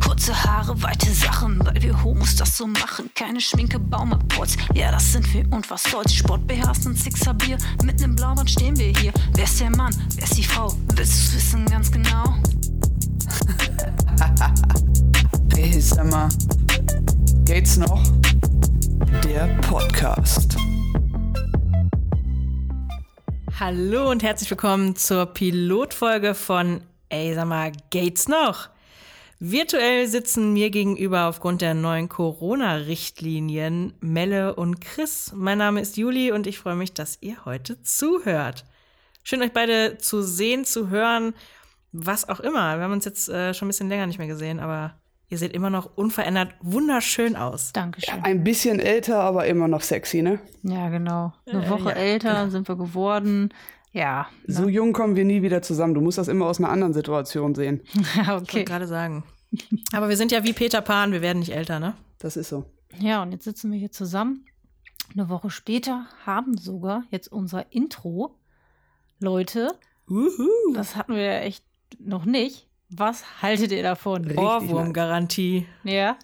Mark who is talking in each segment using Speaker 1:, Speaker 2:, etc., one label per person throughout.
Speaker 1: Kurze Haare, weite Sachen, weil wir Homos das so machen. Keine Schminke, Baumaports, ja, das sind wir und was soll's. Sport beherrscht und Sixer Bier, mit nem Blaubart stehen wir hier. Wer ist der Mann, wer ist die Frau? Willst du's wissen ganz genau?
Speaker 2: Hey, sag mal, geht's noch? Der Podcast.
Speaker 3: Hallo und herzlich willkommen zur Pilotfolge von Ey, sag mal, geht's noch? Virtuell sitzen mir gegenüber aufgrund der neuen Corona-Richtlinien Melle und Chris. Mein Name ist Juli und ich freue mich, dass ihr heute zuhört. Schön, euch beide zu sehen, zu hören, was auch immer. Wir haben uns jetzt äh, schon ein bisschen länger nicht mehr gesehen, aber ihr seht immer noch unverändert wunderschön aus.
Speaker 4: Dankeschön.
Speaker 2: Ein bisschen älter, aber immer noch sexy, ne?
Speaker 4: Ja, genau. Eine
Speaker 3: Äh,
Speaker 4: Woche
Speaker 3: ja,
Speaker 4: älter sind wir geworden. Ja.
Speaker 2: So jung kommen wir nie wieder zusammen. Du musst das immer aus einer anderen Situation sehen.
Speaker 4: Ja,
Speaker 3: Ich wollte
Speaker 4: okay.
Speaker 3: gerade sagen. Aber wir sind ja wie Peter Pan, wir werden nicht älter, ne?
Speaker 2: Das ist so.
Speaker 4: Ja, und jetzt sitzen wir hier zusammen. Eine Woche später haben sogar jetzt unser Intro. Leute,
Speaker 3: Uhu.
Speaker 4: das hatten wir ja echt noch nicht. Was haltet ihr davon?
Speaker 2: Richtig
Speaker 3: Ohrwurmgarantie.
Speaker 4: Ja.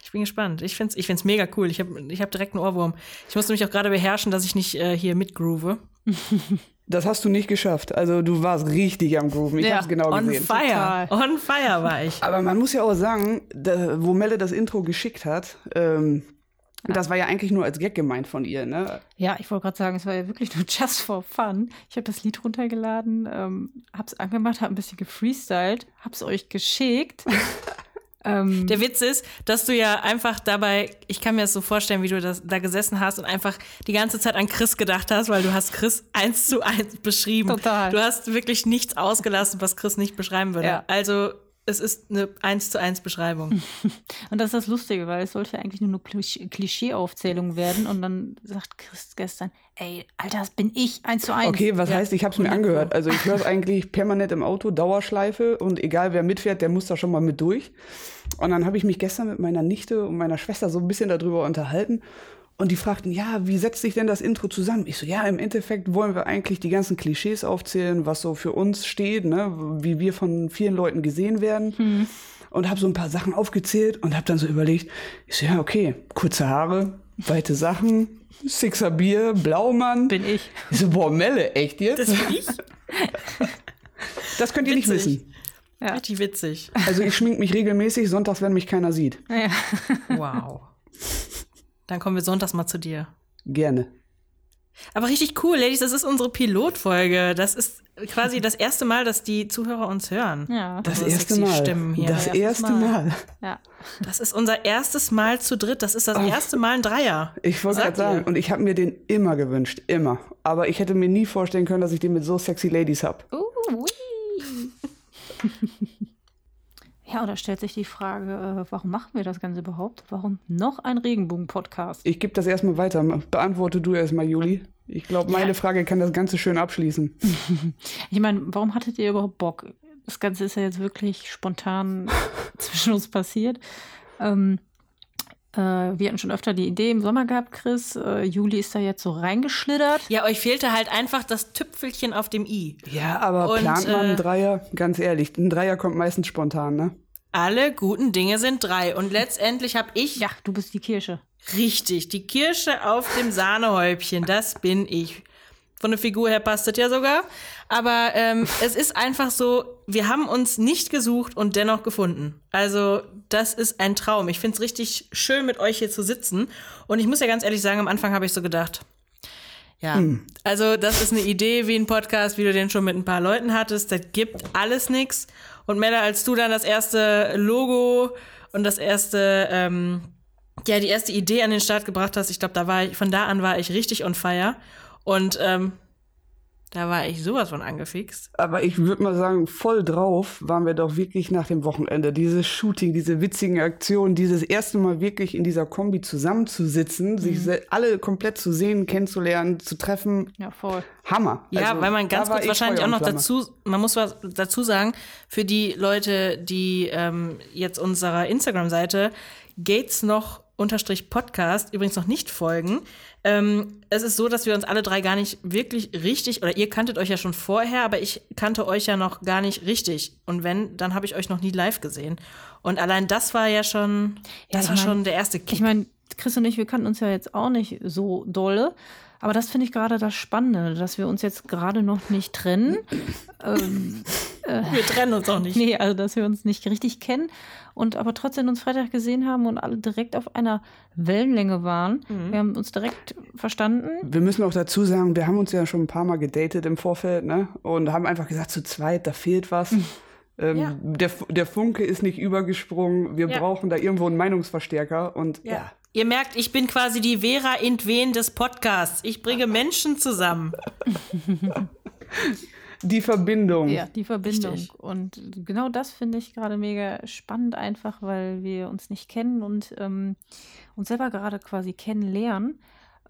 Speaker 3: Ich bin gespannt. Ich find's, ich find's mega cool. Ich hab, ich hab direkt einen Ohrwurm. Ich musste mich auch gerade beherrschen, dass ich nicht äh, hier mitgroove.
Speaker 2: Das hast du nicht geschafft. Also du warst richtig am Grooven. Ich
Speaker 4: Ja,
Speaker 2: hab's genau
Speaker 3: On
Speaker 2: gesehen.
Speaker 3: fire.
Speaker 4: Total.
Speaker 3: On fire war ich.
Speaker 2: Aber man muss ja auch sagen, da, wo Melle das Intro geschickt hat, ähm, das war ja eigentlich nur als Gag gemeint von ihr, ne?
Speaker 4: Ja, ich wollte gerade sagen, es war ja wirklich nur just for fun. Ich habe das Lied runtergeladen, ähm, hab's angemacht, hab ein bisschen gefreestylt, hab's euch geschickt. ähm,
Speaker 3: Der Witz ist, dass du ja einfach dabei, ich kann mir das so vorstellen, wie du das, da gesessen hast und einfach die ganze Zeit an Chris gedacht hast, weil du hast Chris eins zu eins beschrieben.
Speaker 4: Total.
Speaker 3: Du hast wirklich nichts ausgelassen, was Chris nicht beschreiben würde.
Speaker 4: Ja.
Speaker 3: Also es ist eine eins zu eins Beschreibung.
Speaker 4: Und das ist das Lustige, weil es sollte ja eigentlich nur eine Klisch- Klischee-Aufzählung werden. Und dann sagt Chris gestern, ey, Alter, das bin ich, eins zu eins.
Speaker 2: Okay, was heißt, ich hab's mir angehört. Also ich höre es eigentlich permanent im Auto, Dauerschleife und egal wer mitfährt, der muss da schon mal mit durch. Und dann habe ich mich gestern mit meiner Nichte und meiner Schwester so ein bisschen darüber unterhalten. Und die fragten, ja, wie setzt sich denn das Intro zusammen? Ich so, ja, im Endeffekt wollen wir eigentlich die ganzen Klischees aufzählen, was so für uns steht, ne? wie wir von vielen Leuten gesehen werden.
Speaker 4: Hm.
Speaker 2: Und habe so ein paar Sachen aufgezählt und habe dann so überlegt, ich so, ja, okay, kurze Haare, weite Sachen, Sixer Bier, Blaumann.
Speaker 4: Bin ich.
Speaker 2: Ich so, boah, Melle, echt jetzt?
Speaker 3: Das bin ich.
Speaker 2: Das könnt ihr nicht
Speaker 3: Witzig.
Speaker 2: wissen.
Speaker 4: Ja.
Speaker 3: Richtig witzig.
Speaker 2: Also ich schmink mich regelmäßig, sonntags, wenn mich keiner sieht.
Speaker 4: Ja.
Speaker 3: Wow. Dann kommen wir sonntags mal zu dir.
Speaker 2: Gerne.
Speaker 3: Aber richtig cool, Ladies, das ist unsere Pilotfolge. Das ist quasi das erste Mal, dass die Zuhörer uns hören.
Speaker 4: Ja.
Speaker 2: Das
Speaker 3: So
Speaker 2: erste
Speaker 3: sexy
Speaker 2: Mal.
Speaker 3: Stimmen hier.
Speaker 2: Das
Speaker 4: Ja,
Speaker 2: erste
Speaker 4: erstes
Speaker 2: Mal.
Speaker 4: ja.
Speaker 3: Das ist unser erstes Mal zu dritt. Das ist das erste Mal ein Dreier.
Speaker 2: Ich wollte
Speaker 3: Sag
Speaker 2: gerade sagen,
Speaker 3: ihr.
Speaker 2: und ich habe mir den immer gewünscht, immer. Aber ich hätte mir nie vorstellen können, dass ich den mit so sexy Ladies hab.
Speaker 4: Uh, ui. ja, und da stellt sich die Frage, äh, warum machen wir das Ganze überhaupt? Warum noch ein Regenbogen-Podcast?
Speaker 2: Ich gebe das erstmal weiter. Beantworte du erstmal, Juli. Ich glaube, meine Frage kann das Ganze schön abschließen.
Speaker 4: Ich meine, warum hattet ihr überhaupt Bock? Das Ganze ist ja jetzt wirklich spontan zwischen uns passiert. Ähm, äh, wir hatten schon öfter die Idee im Sommer gehabt, Chris. Äh, Juli ist da jetzt so reingeschlittert.
Speaker 3: Ja, euch fehlte halt einfach das Tüpfelchen auf dem I.
Speaker 2: Ja, aber
Speaker 3: Und,
Speaker 2: plant man
Speaker 3: äh,
Speaker 2: einen Dreier? Ganz ehrlich, ein Dreier kommt meistens spontan, ne?
Speaker 3: Alle guten Dinge sind drei. Und letztendlich habe ich
Speaker 4: Ja, du bist die Kirsche.
Speaker 3: richtig die Kirsche auf dem Sahnehäubchen. Das bin ich. Von der Figur her passt das ja sogar. Aber ähm, es ist einfach so, wir haben uns nicht gesucht und dennoch gefunden. Also, das ist ein Traum. Ich finde es richtig schön, mit euch hier zu sitzen. Und ich muss ja ganz ehrlich sagen, am Anfang habe ich so gedacht, ja, also das ist eine Idee wie ein Podcast, wie du den schon mit ein paar Leuten hattest. Das gibt alles nix. Und Mella, als du dann das erste Logo und das erste, ähm, ja, die erste Idee an den Start gebracht hast, ich glaube, da war ich, von da an war ich richtig on fire. Und ähm, da war ich sowas von angefixt.
Speaker 2: Aber ich würde mal sagen, voll drauf waren wir doch wirklich nach dem Wochenende. Dieses Shooting, diese witzigen Aktionen, dieses erste Mal wirklich in dieser Kombi zusammenzusitzen,
Speaker 3: Mhm.
Speaker 2: sich se- alle komplett zu sehen, kennenzulernen, zu treffen.
Speaker 4: Ja, voll.
Speaker 2: Hammer.
Speaker 3: Ja,
Speaker 2: Also,
Speaker 3: weil man ganz
Speaker 2: da war
Speaker 3: kurz
Speaker 2: ich
Speaker 3: wahrscheinlich
Speaker 2: Feuer
Speaker 3: auch
Speaker 2: und
Speaker 3: noch
Speaker 2: Flamme.
Speaker 3: dazu, man muss was dazu sagen, für die Leute, die ähm, jetzt unserer Instagram-Seite Gates noch unterstrich Podcast übrigens noch nicht folgen. Ähm, es ist so, dass wir uns alle drei gar nicht wirklich richtig, oder ihr kanntet euch ja schon vorher, aber ich kannte euch ja noch gar nicht richtig. Und wenn, dann habe ich euch noch nie live gesehen. Und allein das war ja schon,
Speaker 4: Ja,
Speaker 3: das
Speaker 4: ich
Speaker 3: war
Speaker 4: mein-
Speaker 3: schon der erste Kick.
Speaker 4: Ich meine, Chris und ich, wir kannten uns ja jetzt auch nicht so dolle. Aber das finde ich gerade das Spannende, dass wir uns jetzt gerade noch nicht trennen. ähm,
Speaker 3: wir trennen uns auch nicht.
Speaker 4: nee, also dass wir uns nicht richtig kennen und aber trotzdem uns Freitag gesehen haben und alle direkt auf einer Wellenlänge waren.
Speaker 3: Mhm.
Speaker 4: Wir haben uns direkt verstanden.
Speaker 2: Wir müssen auch dazu sagen, wir haben uns ja schon ein paar Mal gedatet im Vorfeld, ne? Und haben einfach gesagt, zu zweit, da fehlt was. Ähm,
Speaker 3: Mhm. Ja.
Speaker 2: der, F- der Funke ist nicht übergesprungen. Wir
Speaker 3: Ja.
Speaker 2: brauchen da irgendwo einen Meinungsverstärker. Und ja,
Speaker 3: Ja. Ihr merkt, ich bin quasi die Vera Intwen des Podcasts. Ich bringe Menschen zusammen.
Speaker 2: die Verbindung.
Speaker 4: Ja, die Verbindung.
Speaker 3: Richtig.
Speaker 4: Und genau das finde ich gerade mega spannend, einfach weil wir uns nicht kennen und ähm, uns selber gerade quasi kennenlernen.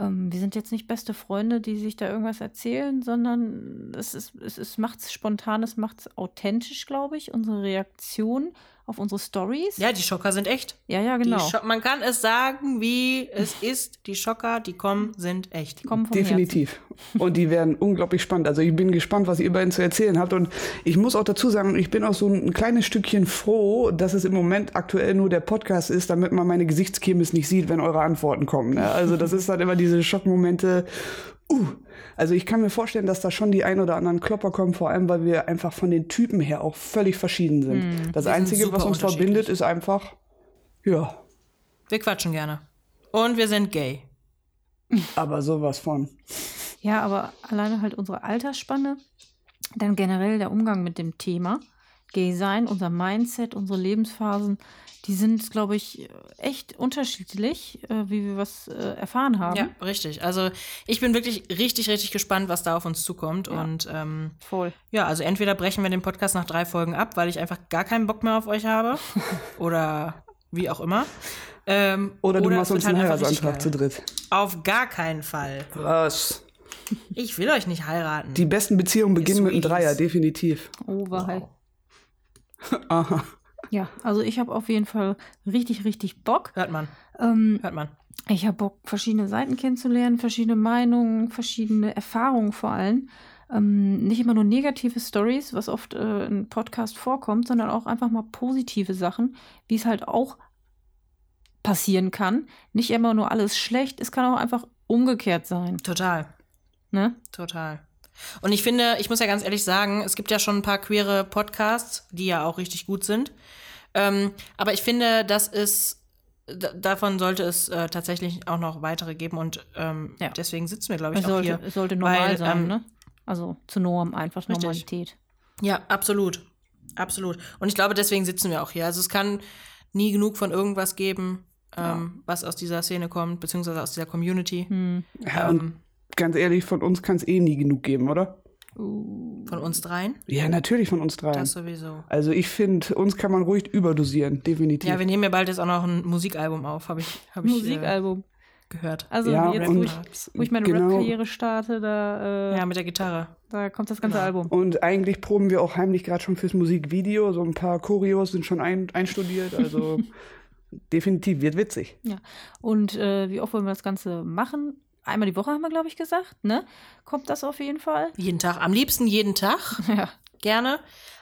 Speaker 4: Ähm, wir sind jetzt nicht beste Freunde, die sich da irgendwas erzählen, sondern es ist, es ist, macht's spontan, es macht's authentisch, glaube ich, unsere Reaktion auf unsere Stories.
Speaker 3: Ja, die Schocker sind echt.
Speaker 4: ja, ja,
Speaker 3: Die
Speaker 4: genau.
Speaker 3: Scho- Man kann es sagen, wie es ist. Die Schocker, die kommen, sind echt.
Speaker 4: Kommen vom Herzen.
Speaker 2: Definitiv. Und die werden unglaublich spannend. Also ich bin gespannt, was ihr beiden zu erzählen habt. Und ich muss auch dazu sagen, ich bin auch so ein kleines Stückchen froh, dass es im Moment aktuell nur der Podcast ist, damit man meine Gesichtskirmes nicht sieht, wenn eure Antworten kommen. Ne? Also das ist halt immer diese Schockmomente. Uh, also ich kann mir vorstellen, dass da schon die ein oder anderen Klopper kommen, vor allem weil wir einfach von den Typen her auch völlig verschieden sind. das
Speaker 3: Hm. sind
Speaker 2: Einzige,
Speaker 3: super
Speaker 2: was uns
Speaker 3: unterschiedlich.
Speaker 2: verbindet, ist einfach, ja,
Speaker 3: Wir quatschen gerne. Und wir sind gay.
Speaker 2: aber sowas von.
Speaker 4: Ja, aber alleine halt unsere Altersspanne, dann generell der Umgang mit dem Thema, Gay sein, unser Mindset, unsere Lebensphasen, die sind, glaube ich, echt unterschiedlich, äh, wie wir was äh, erfahren haben.
Speaker 3: Ja, richtig. Also ich bin wirklich richtig, richtig gespannt, was da auf uns zukommt. Und ähm,
Speaker 4: Voll.
Speaker 3: ja, also entweder brechen wir den Podcast nach drei Folgen ab, weil ich einfach gar keinen Bock mehr auf euch habe. oder wie auch immer. Ähm,
Speaker 2: Oder, du
Speaker 3: es
Speaker 2: machst
Speaker 3: wird
Speaker 2: uns einen
Speaker 3: einfach richtig
Speaker 2: Heiratsantrag zu
Speaker 3: geil.
Speaker 2: dritt.
Speaker 3: Auf gar keinen Fall.
Speaker 2: Was?
Speaker 3: Ich will euch nicht heiraten.
Speaker 2: Die besten Beziehungen beginnen mit einem
Speaker 3: Sweeties.
Speaker 2: Dreier, definitiv.
Speaker 4: Oh, Wahrheit.
Speaker 2: Aha.
Speaker 4: Ja, also ich habe auf jeden Fall richtig, richtig Bock.
Speaker 3: hört man,
Speaker 4: Ähm,
Speaker 3: hört man.
Speaker 4: ich habe Bock, verschiedene Seiten kennenzulernen, verschiedene Meinungen, verschiedene Erfahrungen vor allem. Ähm, nicht immer nur negative Stories, was oft äh, in Podcast vorkommt, sondern auch einfach mal positive Sachen, wie es halt auch passieren kann. Nicht immer nur alles schlecht, es kann auch einfach umgekehrt sein.
Speaker 3: Total.
Speaker 4: Ne?
Speaker 3: Total. Und ich finde, ich muss ja ganz ehrlich sagen, es gibt ja schon ein paar queere Podcasts, die ja auch richtig gut sind. Ähm, aber ich finde, das ist, d- davon sollte es äh, tatsächlich auch noch weitere geben und ähm,
Speaker 4: Ja.
Speaker 3: deswegen sitzen wir, glaube ich,
Speaker 4: Es
Speaker 3: auch
Speaker 4: sollte,
Speaker 3: hier.
Speaker 4: es sollte normal
Speaker 3: Weil,
Speaker 4: sein,
Speaker 3: ähm,
Speaker 4: ne? Also zur Norm einfach
Speaker 3: Richtig.
Speaker 4: Normalität.
Speaker 3: Ja, absolut. Absolut. Und ich glaube, deswegen sitzen wir auch hier. Also es kann nie genug von irgendwas geben, ähm, was aus dieser Szene kommt, beziehungsweise aus dieser Community.
Speaker 4: Hm.
Speaker 2: Ja, und
Speaker 3: Ähm,
Speaker 2: ganz ehrlich, von uns kann es eh nie genug geben, oder?
Speaker 4: Uh.
Speaker 3: von uns dreien.
Speaker 2: Ja, natürlich von uns dreien.
Speaker 3: Das sowieso.
Speaker 2: Also ich finde, uns kann man ruhig überdosieren, definitiv.
Speaker 3: Ja, wir nehmen ja bald jetzt auch noch ein Musikalbum auf, habe ich, hab ich äh,
Speaker 4: Musikalbum.
Speaker 3: gehört.
Speaker 4: Also
Speaker 2: Ja,
Speaker 4: jetzt,
Speaker 2: und-
Speaker 4: wo ich, wo ich meine
Speaker 2: genau.
Speaker 4: Rap-Karriere starte, da, äh,
Speaker 3: Ja, mit der Gitarre.
Speaker 4: da kommt das ganze
Speaker 3: Genau.
Speaker 4: Album.
Speaker 2: und eigentlich proben wir auch heimlich gerade schon fürs Musikvideo. So ein paar Choreos sind schon ein, einstudiert. Also definitiv wird witzig.
Speaker 4: Und äh, wie oft wollen wir das Ganze machen? Einmal die Woche haben wir, glaube ich, gesagt. Ne? Kommt das auf jeden Fall?
Speaker 3: Jeden Tag. Am liebsten jeden Tag,
Speaker 4: Ja.
Speaker 3: gerne.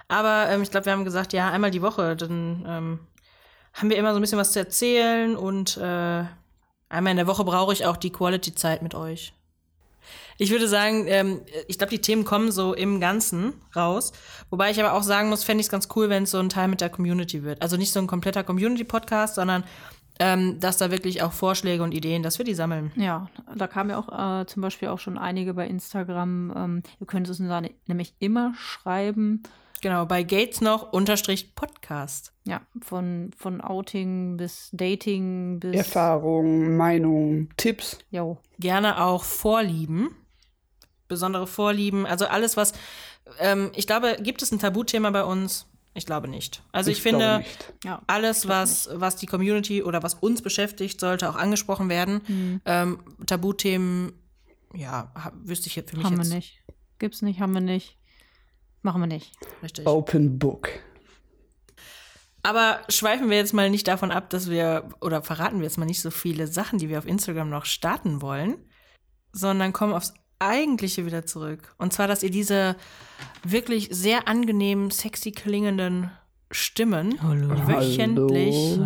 Speaker 3: Aber ähm, ich glaube, wir haben gesagt, ja, einmal die Woche. Dann ähm, haben wir immer so ein bisschen was zu erzählen und äh, einmal in der Woche brauche ich auch die Quality-Zeit mit euch. Ich würde sagen, ähm, ich glaube, die Themen kommen so im Ganzen raus. Wobei ich aber auch sagen muss, fände ich es ganz cool, wenn es so ein Teil mit der Community wird. Also nicht so ein kompletter Community-Podcast, sondern ähm, dass da wirklich auch Vorschläge und Ideen, dass wir die sammeln.
Speaker 4: Ja, da kamen ja auch äh, zum Beispiel auch schon einige bei Instagram. Ähm, ihr könnt es uns da nämlich immer schreiben.
Speaker 3: Genau, bei Gates noch unterstrich Podcast.
Speaker 4: Ja, von, von Outing bis Dating bis.
Speaker 2: Erfahrung, Meinung, Tipps.
Speaker 4: Jo.
Speaker 3: Gerne auch Vorlieben. Besondere Vorlieben. Also alles, was. Ähm, ich glaube, gibt es ein Tabuthema bei uns? Ich glaube nicht. Also ich,
Speaker 2: glaube
Speaker 3: finde,
Speaker 2: nicht.
Speaker 4: Ja.
Speaker 3: alles, was, was die Community oder was uns beschäftigt, sollte auch angesprochen werden.
Speaker 4: Hm.
Speaker 3: Ähm, Tabuthemen, ja, ha- wüsste ich jetzt für mich
Speaker 4: Haben
Speaker 3: jetzt
Speaker 4: wir nicht. Gibt's nicht, haben wir nicht. Machen wir nicht.
Speaker 3: Richtig.
Speaker 2: Open Book.
Speaker 3: Aber schweifen wir jetzt mal nicht davon ab, dass wir, oder verraten wir jetzt mal nicht so viele Sachen, die wir auf Instagram noch starten wollen, sondern kommen aufs Eigentliche wieder zurück. Und zwar, dass ihr diese wirklich sehr angenehmen, sexy klingenden Stimmen wöchentlich,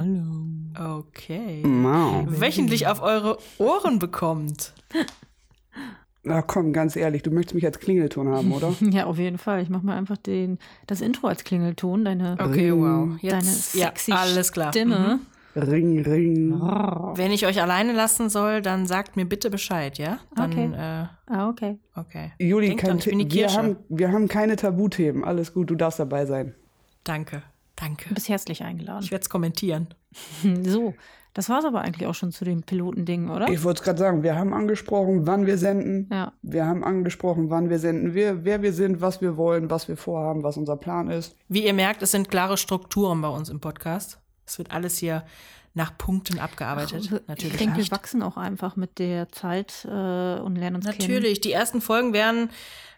Speaker 4: Hallo.
Speaker 3: okay,
Speaker 2: Wow.
Speaker 3: wöchentlich auf eure Ohren bekommt.
Speaker 2: Na komm, ganz ehrlich, du möchtest mich als Klingelton haben, oder?
Speaker 4: Ja, auf jeden Fall. Ich mach mal einfach den, das Intro als Klingelton, deine,
Speaker 3: Okay, wow. Jetzt,
Speaker 4: deine sexy
Speaker 3: ja, alles klar. Mhm.
Speaker 4: Stimme.
Speaker 2: Ring, ring.
Speaker 4: Mhm.
Speaker 3: Wenn ich euch alleine lassen soll, dann sagt mir bitte Bescheid, ja? Dann,
Speaker 4: Ah, okay.
Speaker 3: äh, okay.
Speaker 2: Juli,
Speaker 3: Denkt
Speaker 2: kein
Speaker 3: dran, ich bin die
Speaker 2: Tipp. wir,
Speaker 3: Kirsche.
Speaker 2: haben, wir haben keine Tabuthemen. Alles gut, du darfst dabei sein.
Speaker 3: Danke, danke.
Speaker 4: Du bist herzlich eingeladen.
Speaker 3: Ich werde es kommentieren.
Speaker 4: So, das war's aber eigentlich auch schon zu dem Pilotending, oder?
Speaker 2: Ich wollte es gerade sagen, wir haben angesprochen, wann wir senden.
Speaker 4: Ja.
Speaker 2: Wir haben angesprochen, wann wir senden, wir, wer wir sind, was wir wollen, was wir vorhaben, was unser Plan ist.
Speaker 3: Wie ihr merkt, es sind klare Strukturen bei uns im Podcast. Es wird alles hier nach Punkten abgearbeitet. natürlich.
Speaker 4: Ich denke, wir
Speaker 3: nicht.
Speaker 4: wachsen auch einfach mit der Zeit äh, und lernen uns kennen.
Speaker 3: natürlich. Die ersten Folgen werden,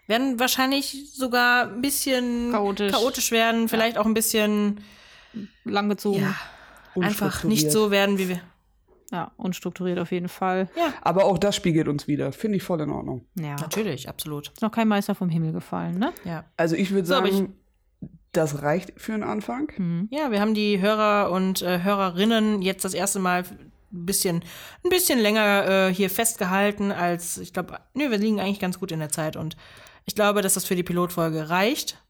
Speaker 3: werden wahrscheinlich sogar ein bisschen
Speaker 4: Chaotisch.
Speaker 3: chaotisch werden, vielleicht auch ein bisschen
Speaker 4: Langgezogen.
Speaker 3: ja,
Speaker 4: Ja.
Speaker 3: einfach nicht so werden, wie wir.
Speaker 4: unstrukturiert auf jeden Fall.
Speaker 3: Ja,
Speaker 2: Aber auch das spiegelt uns wieder. Finde ich voll in Ordnung.
Speaker 4: Ja.
Speaker 3: natürlich, absolut.
Speaker 4: Ist noch kein Meister vom Himmel gefallen, ne?
Speaker 3: Ja.
Speaker 2: Also ich würde
Speaker 3: So, aber
Speaker 2: sagen, das reicht für einen Anfang.
Speaker 3: Ja, wir haben die Hörer und äh, Hörerinnen jetzt das erste Mal ein bisschen, ein bisschen länger äh, hier festgehalten als, ich glaube, nö, wir liegen eigentlich ganz gut in der Zeit und ich glaube, dass das für die Pilotfolge reicht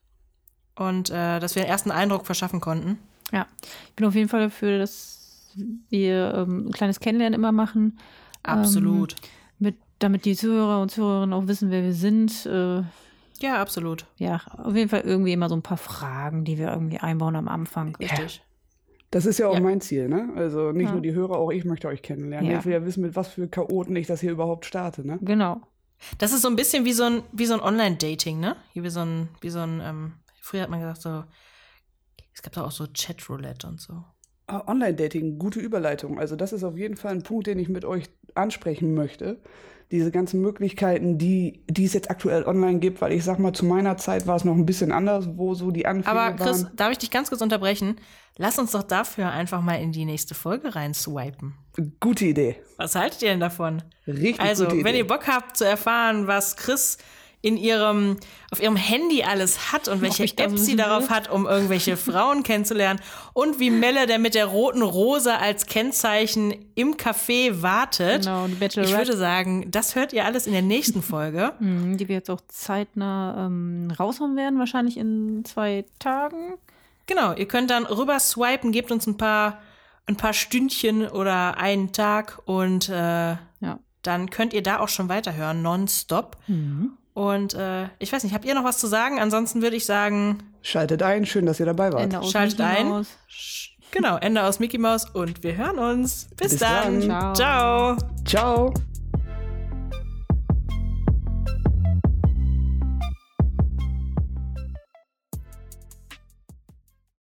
Speaker 3: und äh, dass wir den ersten Eindruck verschaffen konnten.
Speaker 4: Ja. Ich bin auf jeden Fall dafür, dass wir ähm, ein kleines Kennenlernen immer machen.
Speaker 3: Absolut.
Speaker 4: Mit, damit die Zuhörer und Zuhörerinnen auch wissen, wer wir sind. Äh,
Speaker 3: ja, absolut.
Speaker 4: ja, auf jeden Fall irgendwie immer so ein paar Fragen, die wir irgendwie einbauen am Anfang.
Speaker 3: Richtig.
Speaker 2: Das ist ja auch
Speaker 3: Ja.
Speaker 2: mein Ziel, ne? Also nicht
Speaker 4: Ja.
Speaker 2: nur die Hörer, auch ich möchte euch kennenlernen.
Speaker 4: Ja.
Speaker 2: Ich will ja wissen, mit was für Chaoten ich das hier überhaupt starte, ne?
Speaker 4: Genau.
Speaker 3: Das ist so ein bisschen wie so ein, wie so ein Online-Dating, ne? Hier wie so ein, wie so ein, ähm, früher hat man gesagt, so, es gab doch auch so Chatroulette und so.
Speaker 2: Ah, Online-Dating, gute Überleitung. Also das ist auf jeden Fall ein Punkt, den ich mit euch ansprechen möchte. Diese ganzen Möglichkeiten, die, die es jetzt aktuell online gibt, weil ich sag mal, zu meiner Zeit war es noch ein bisschen anders, wo so die Anfänge
Speaker 3: Aber Chris,
Speaker 2: waren.
Speaker 3: darf ich dich ganz kurz unterbrechen? Lass uns doch dafür einfach mal in die nächste Folge reinswipen.
Speaker 2: Gute Idee.
Speaker 3: Was haltet ihr denn davon?
Speaker 2: Richtig
Speaker 3: also,
Speaker 2: gute Idee.
Speaker 3: wenn ihr Bock habt zu erfahren, was Chris in ihrem, auf ihrem Handy alles hat und welche
Speaker 4: ich das
Speaker 3: Apps sie
Speaker 4: wissen will?
Speaker 3: darauf hat, um irgendwelche Frauen kennenzulernen und wie Melle, der mit der roten Rose als Kennzeichen im Café wartet.
Speaker 4: Genau, die Bachelorette.
Speaker 3: ich würde sagen, das hört ihr alles in der nächsten Folge.
Speaker 4: Mhm, Die wir jetzt auch zeitnah ähm, raushauen werden, wahrscheinlich in zwei Tagen.
Speaker 3: Genau, ihr könnt dann rüber swipen, gebt uns ein paar, ein paar Stündchen oder einen Tag und äh,
Speaker 4: Ja.
Speaker 3: dann könnt ihr da auch schon weiterhören, nonstop.
Speaker 4: Mhm.
Speaker 3: Und äh, ich weiß nicht, habt ihr noch was zu sagen? Ansonsten würde ich sagen,
Speaker 2: Schaltet ein, schön, dass ihr dabei wart.
Speaker 4: Ende aus,
Speaker 3: Schaltet
Speaker 4: Mickey
Speaker 3: ein.
Speaker 4: Maus.
Speaker 3: sch- genau, Ende aus Mickey Mouse und wir hören uns. Bis,
Speaker 2: Bis
Speaker 3: dann.
Speaker 2: dann.
Speaker 3: Ciao.
Speaker 2: Ciao.